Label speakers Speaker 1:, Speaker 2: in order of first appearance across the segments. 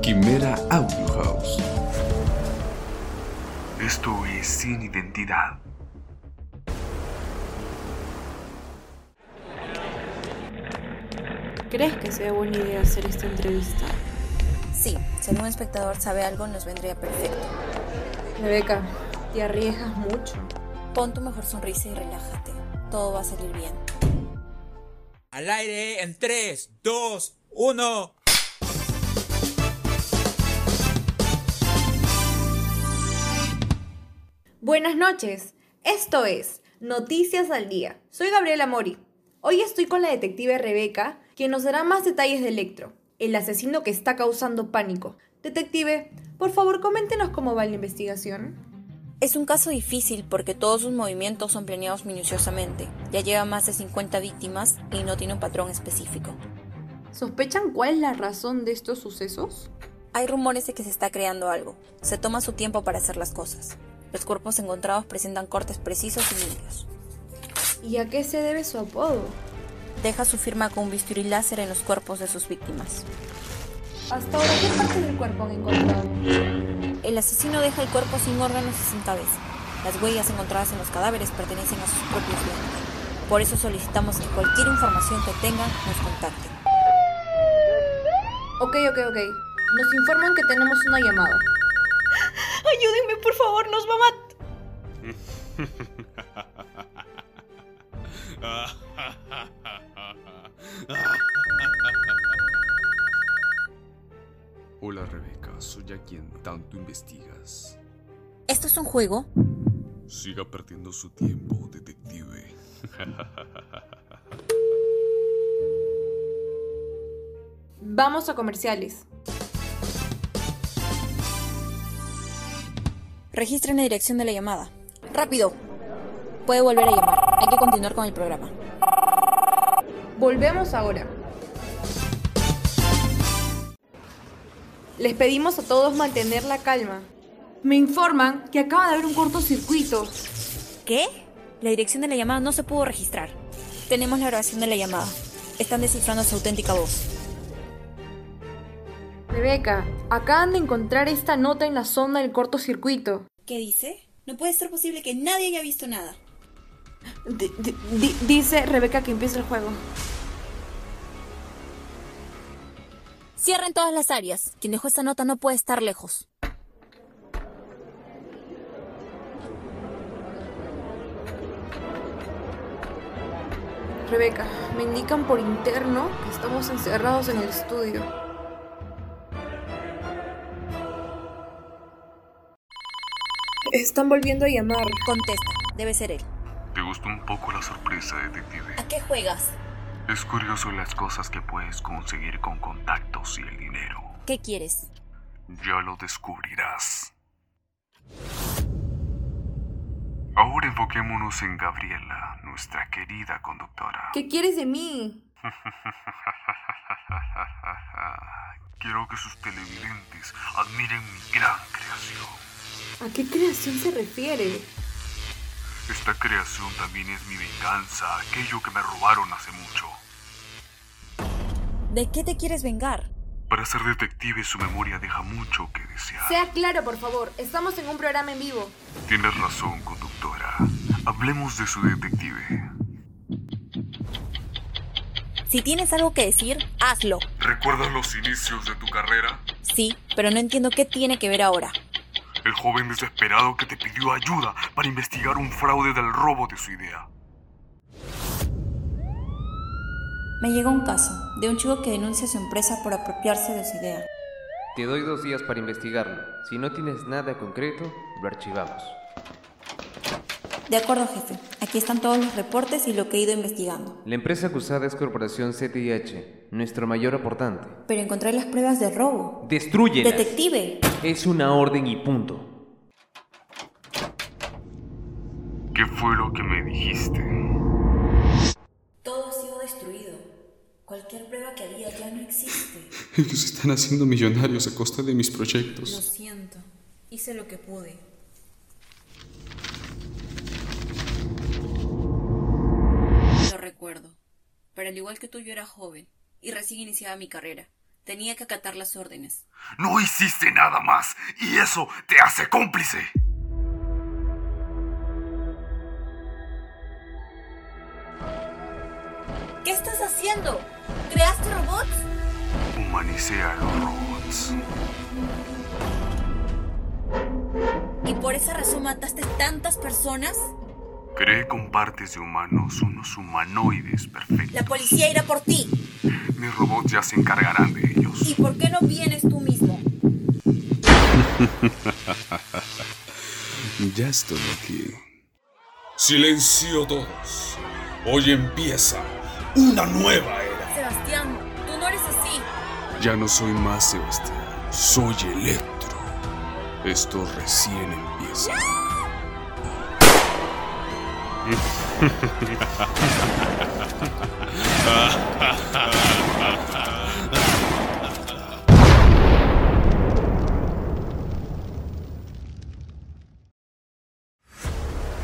Speaker 1: Quimera Audio House.
Speaker 2: Esto es Sin Identidad.
Speaker 3: ¿Crees que sea buena idea hacer esta entrevista?
Speaker 4: Sí, si algún espectador sabe algo nos vendría perfecto.
Speaker 3: Rebeca, te arriesgas mucho.
Speaker 4: Pon tu mejor sonrisa y relájate. Todo va a salir bien.
Speaker 5: Al aire en 3, 2, 1.
Speaker 3: Buenas noches. Esto es Noticias al Día. Soy Gabriela Mori. Hoy estoy con la detective Rebeca, quien nos dará más detalles de Electro, el asesino que está causando pánico. Detective, por favor, coméntenos cómo va la investigación.
Speaker 4: Es un caso difícil porque todos sus movimientos son planeados minuciosamente. Ya lleva más de 50 víctimas y no tiene un patrón específico.
Speaker 3: ¿Sospechan cuál es la razón de estos sucesos?
Speaker 4: Hay rumores de que se está creando algo. Se toma su tiempo para hacer las cosas. Los cuerpos encontrados presentan cortes precisos y limpios.
Speaker 3: ¿Y a qué se debe su apodo?
Speaker 4: Deja su firma con un bisturí láser en los cuerpos de sus víctimas.
Speaker 3: Hasta ahora, ¿qué partes del cuerpo han encontrado?
Speaker 4: El asesino deja el cuerpo sin órganos y sin cabeza. Las huellas encontradas en los cadáveres pertenecen a sus propios dueños. Por eso solicitamos que cualquier información que tengan nos contacten.
Speaker 3: Ok, ok, ok. Nos informan que tenemos una llamada. Ayúdenme, por favor, nos va a matar.
Speaker 1: Hola Rebeca, soy a quien tanto investigas.
Speaker 4: ¿Esto es un juego?
Speaker 1: Siga perdiendo su tiempo, detective.
Speaker 3: Vamos a comerciales.
Speaker 4: Registren la dirección de la llamada. ¡Rápido! Puede volver a llamar. Hay que continuar con el programa.
Speaker 3: Volvemos ahora. Les pedimos a todos mantener la calma. Me informan que acaba de haber un cortocircuito.
Speaker 4: ¿Qué? La dirección de la llamada no se pudo registrar. Tenemos la grabación de la llamada. Están descifrando su auténtica voz.
Speaker 3: Rebeca, acaban de encontrar esta nota en la zona del cortocircuito.
Speaker 4: ¿Qué dice? No puede ser posible que nadie haya visto nada.
Speaker 3: Di- di- di- dice Rebeca que empieza el juego.
Speaker 4: Cierren todas las áreas. Quien dejó esta nota no puede estar lejos.
Speaker 3: Rebeca, me indican por interno que estamos encerrados en el estudio. Están volviendo a llamar.
Speaker 4: Contesta. Debe ser él.
Speaker 2: ¿Te gustó un poco la sorpresa, detective?
Speaker 4: ¿A qué juegas?
Speaker 2: Es curioso las cosas que puedes conseguir con contactos y el dinero.
Speaker 4: ¿Qué quieres?
Speaker 2: Ya lo descubrirás. Ahora enfoquémonos en Gabriela, nuestra querida conductora.
Speaker 3: ¿Qué quieres de mí?
Speaker 2: Quiero que sus televidentes admiren mi gran creación.
Speaker 3: ¿A qué creación se refiere?
Speaker 2: Esta creación también es mi venganza, aquello que me robaron hace mucho.
Speaker 4: ¿De qué te quieres vengar?
Speaker 2: Para ser detective su memoria deja mucho que desear.
Speaker 3: Sea claro, por favor. Estamos en un programa en vivo.
Speaker 2: Tienes razón, conductora. Hablemos de su detective.
Speaker 4: Si tienes algo que decir, hazlo.
Speaker 2: ¿Recuerdas los inicios de tu carrera?
Speaker 4: Sí, pero no entiendo qué tiene que ver ahora.
Speaker 2: El joven desesperado que te pidió ayuda para investigar un fraude del robo de su idea.
Speaker 4: Me llegó un caso de un chico que denuncia a su empresa por apropiarse de su idea.
Speaker 6: Te doy dos días para investigarlo. Si no tienes nada concreto, lo archivamos.
Speaker 4: De acuerdo, jefe. Aquí están todos los reportes y lo que he ido investigando.
Speaker 6: La empresa acusada es Corporación CTIH, nuestro mayor aportante.
Speaker 4: Pero encontré las pruebas de robo.
Speaker 6: ¡Destrúyelas!
Speaker 4: Detective.
Speaker 6: Es una orden y punto.
Speaker 2: ¿Qué fue lo que me dijiste?
Speaker 4: Todo ha sido destruido. Cualquier prueba que había ya no existe.
Speaker 7: Ellos están haciendo millonarios a costa de mis
Speaker 4: Lo
Speaker 7: proyectos.
Speaker 4: siento. Hice lo que pude. Lo recuerdo. Pero al igual que tú, yo era joven y recién iniciaba mi carrera. Tenía que acatar las órdenes.
Speaker 2: No hiciste nada más y eso te hace cómplice.
Speaker 4: ¿Qué estás haciendo? ¿Creaste robots?
Speaker 2: Humanicé a los robots.
Speaker 4: ¿Y por esa razón mataste tantas personas?
Speaker 2: Creé con partes de humanos unos humanoides perfectos.
Speaker 4: La policía irá por ti.
Speaker 2: Mis robots ya se encargarán de ellos.
Speaker 4: ¿Y por qué no vienes tú mismo?
Speaker 7: Ya estoy aquí.
Speaker 1: Silencio todos. Hoy empieza una nueva era.
Speaker 4: Sebastián, tú no eres así.
Speaker 1: Ya no soy más Sebastián. Soy Electro. Esto recién empieza.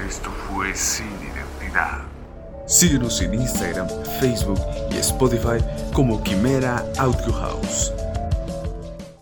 Speaker 2: Esto fue sin identidad.
Speaker 1: Síguenos en Instagram, Facebook y Spotify como Quimera Audio House.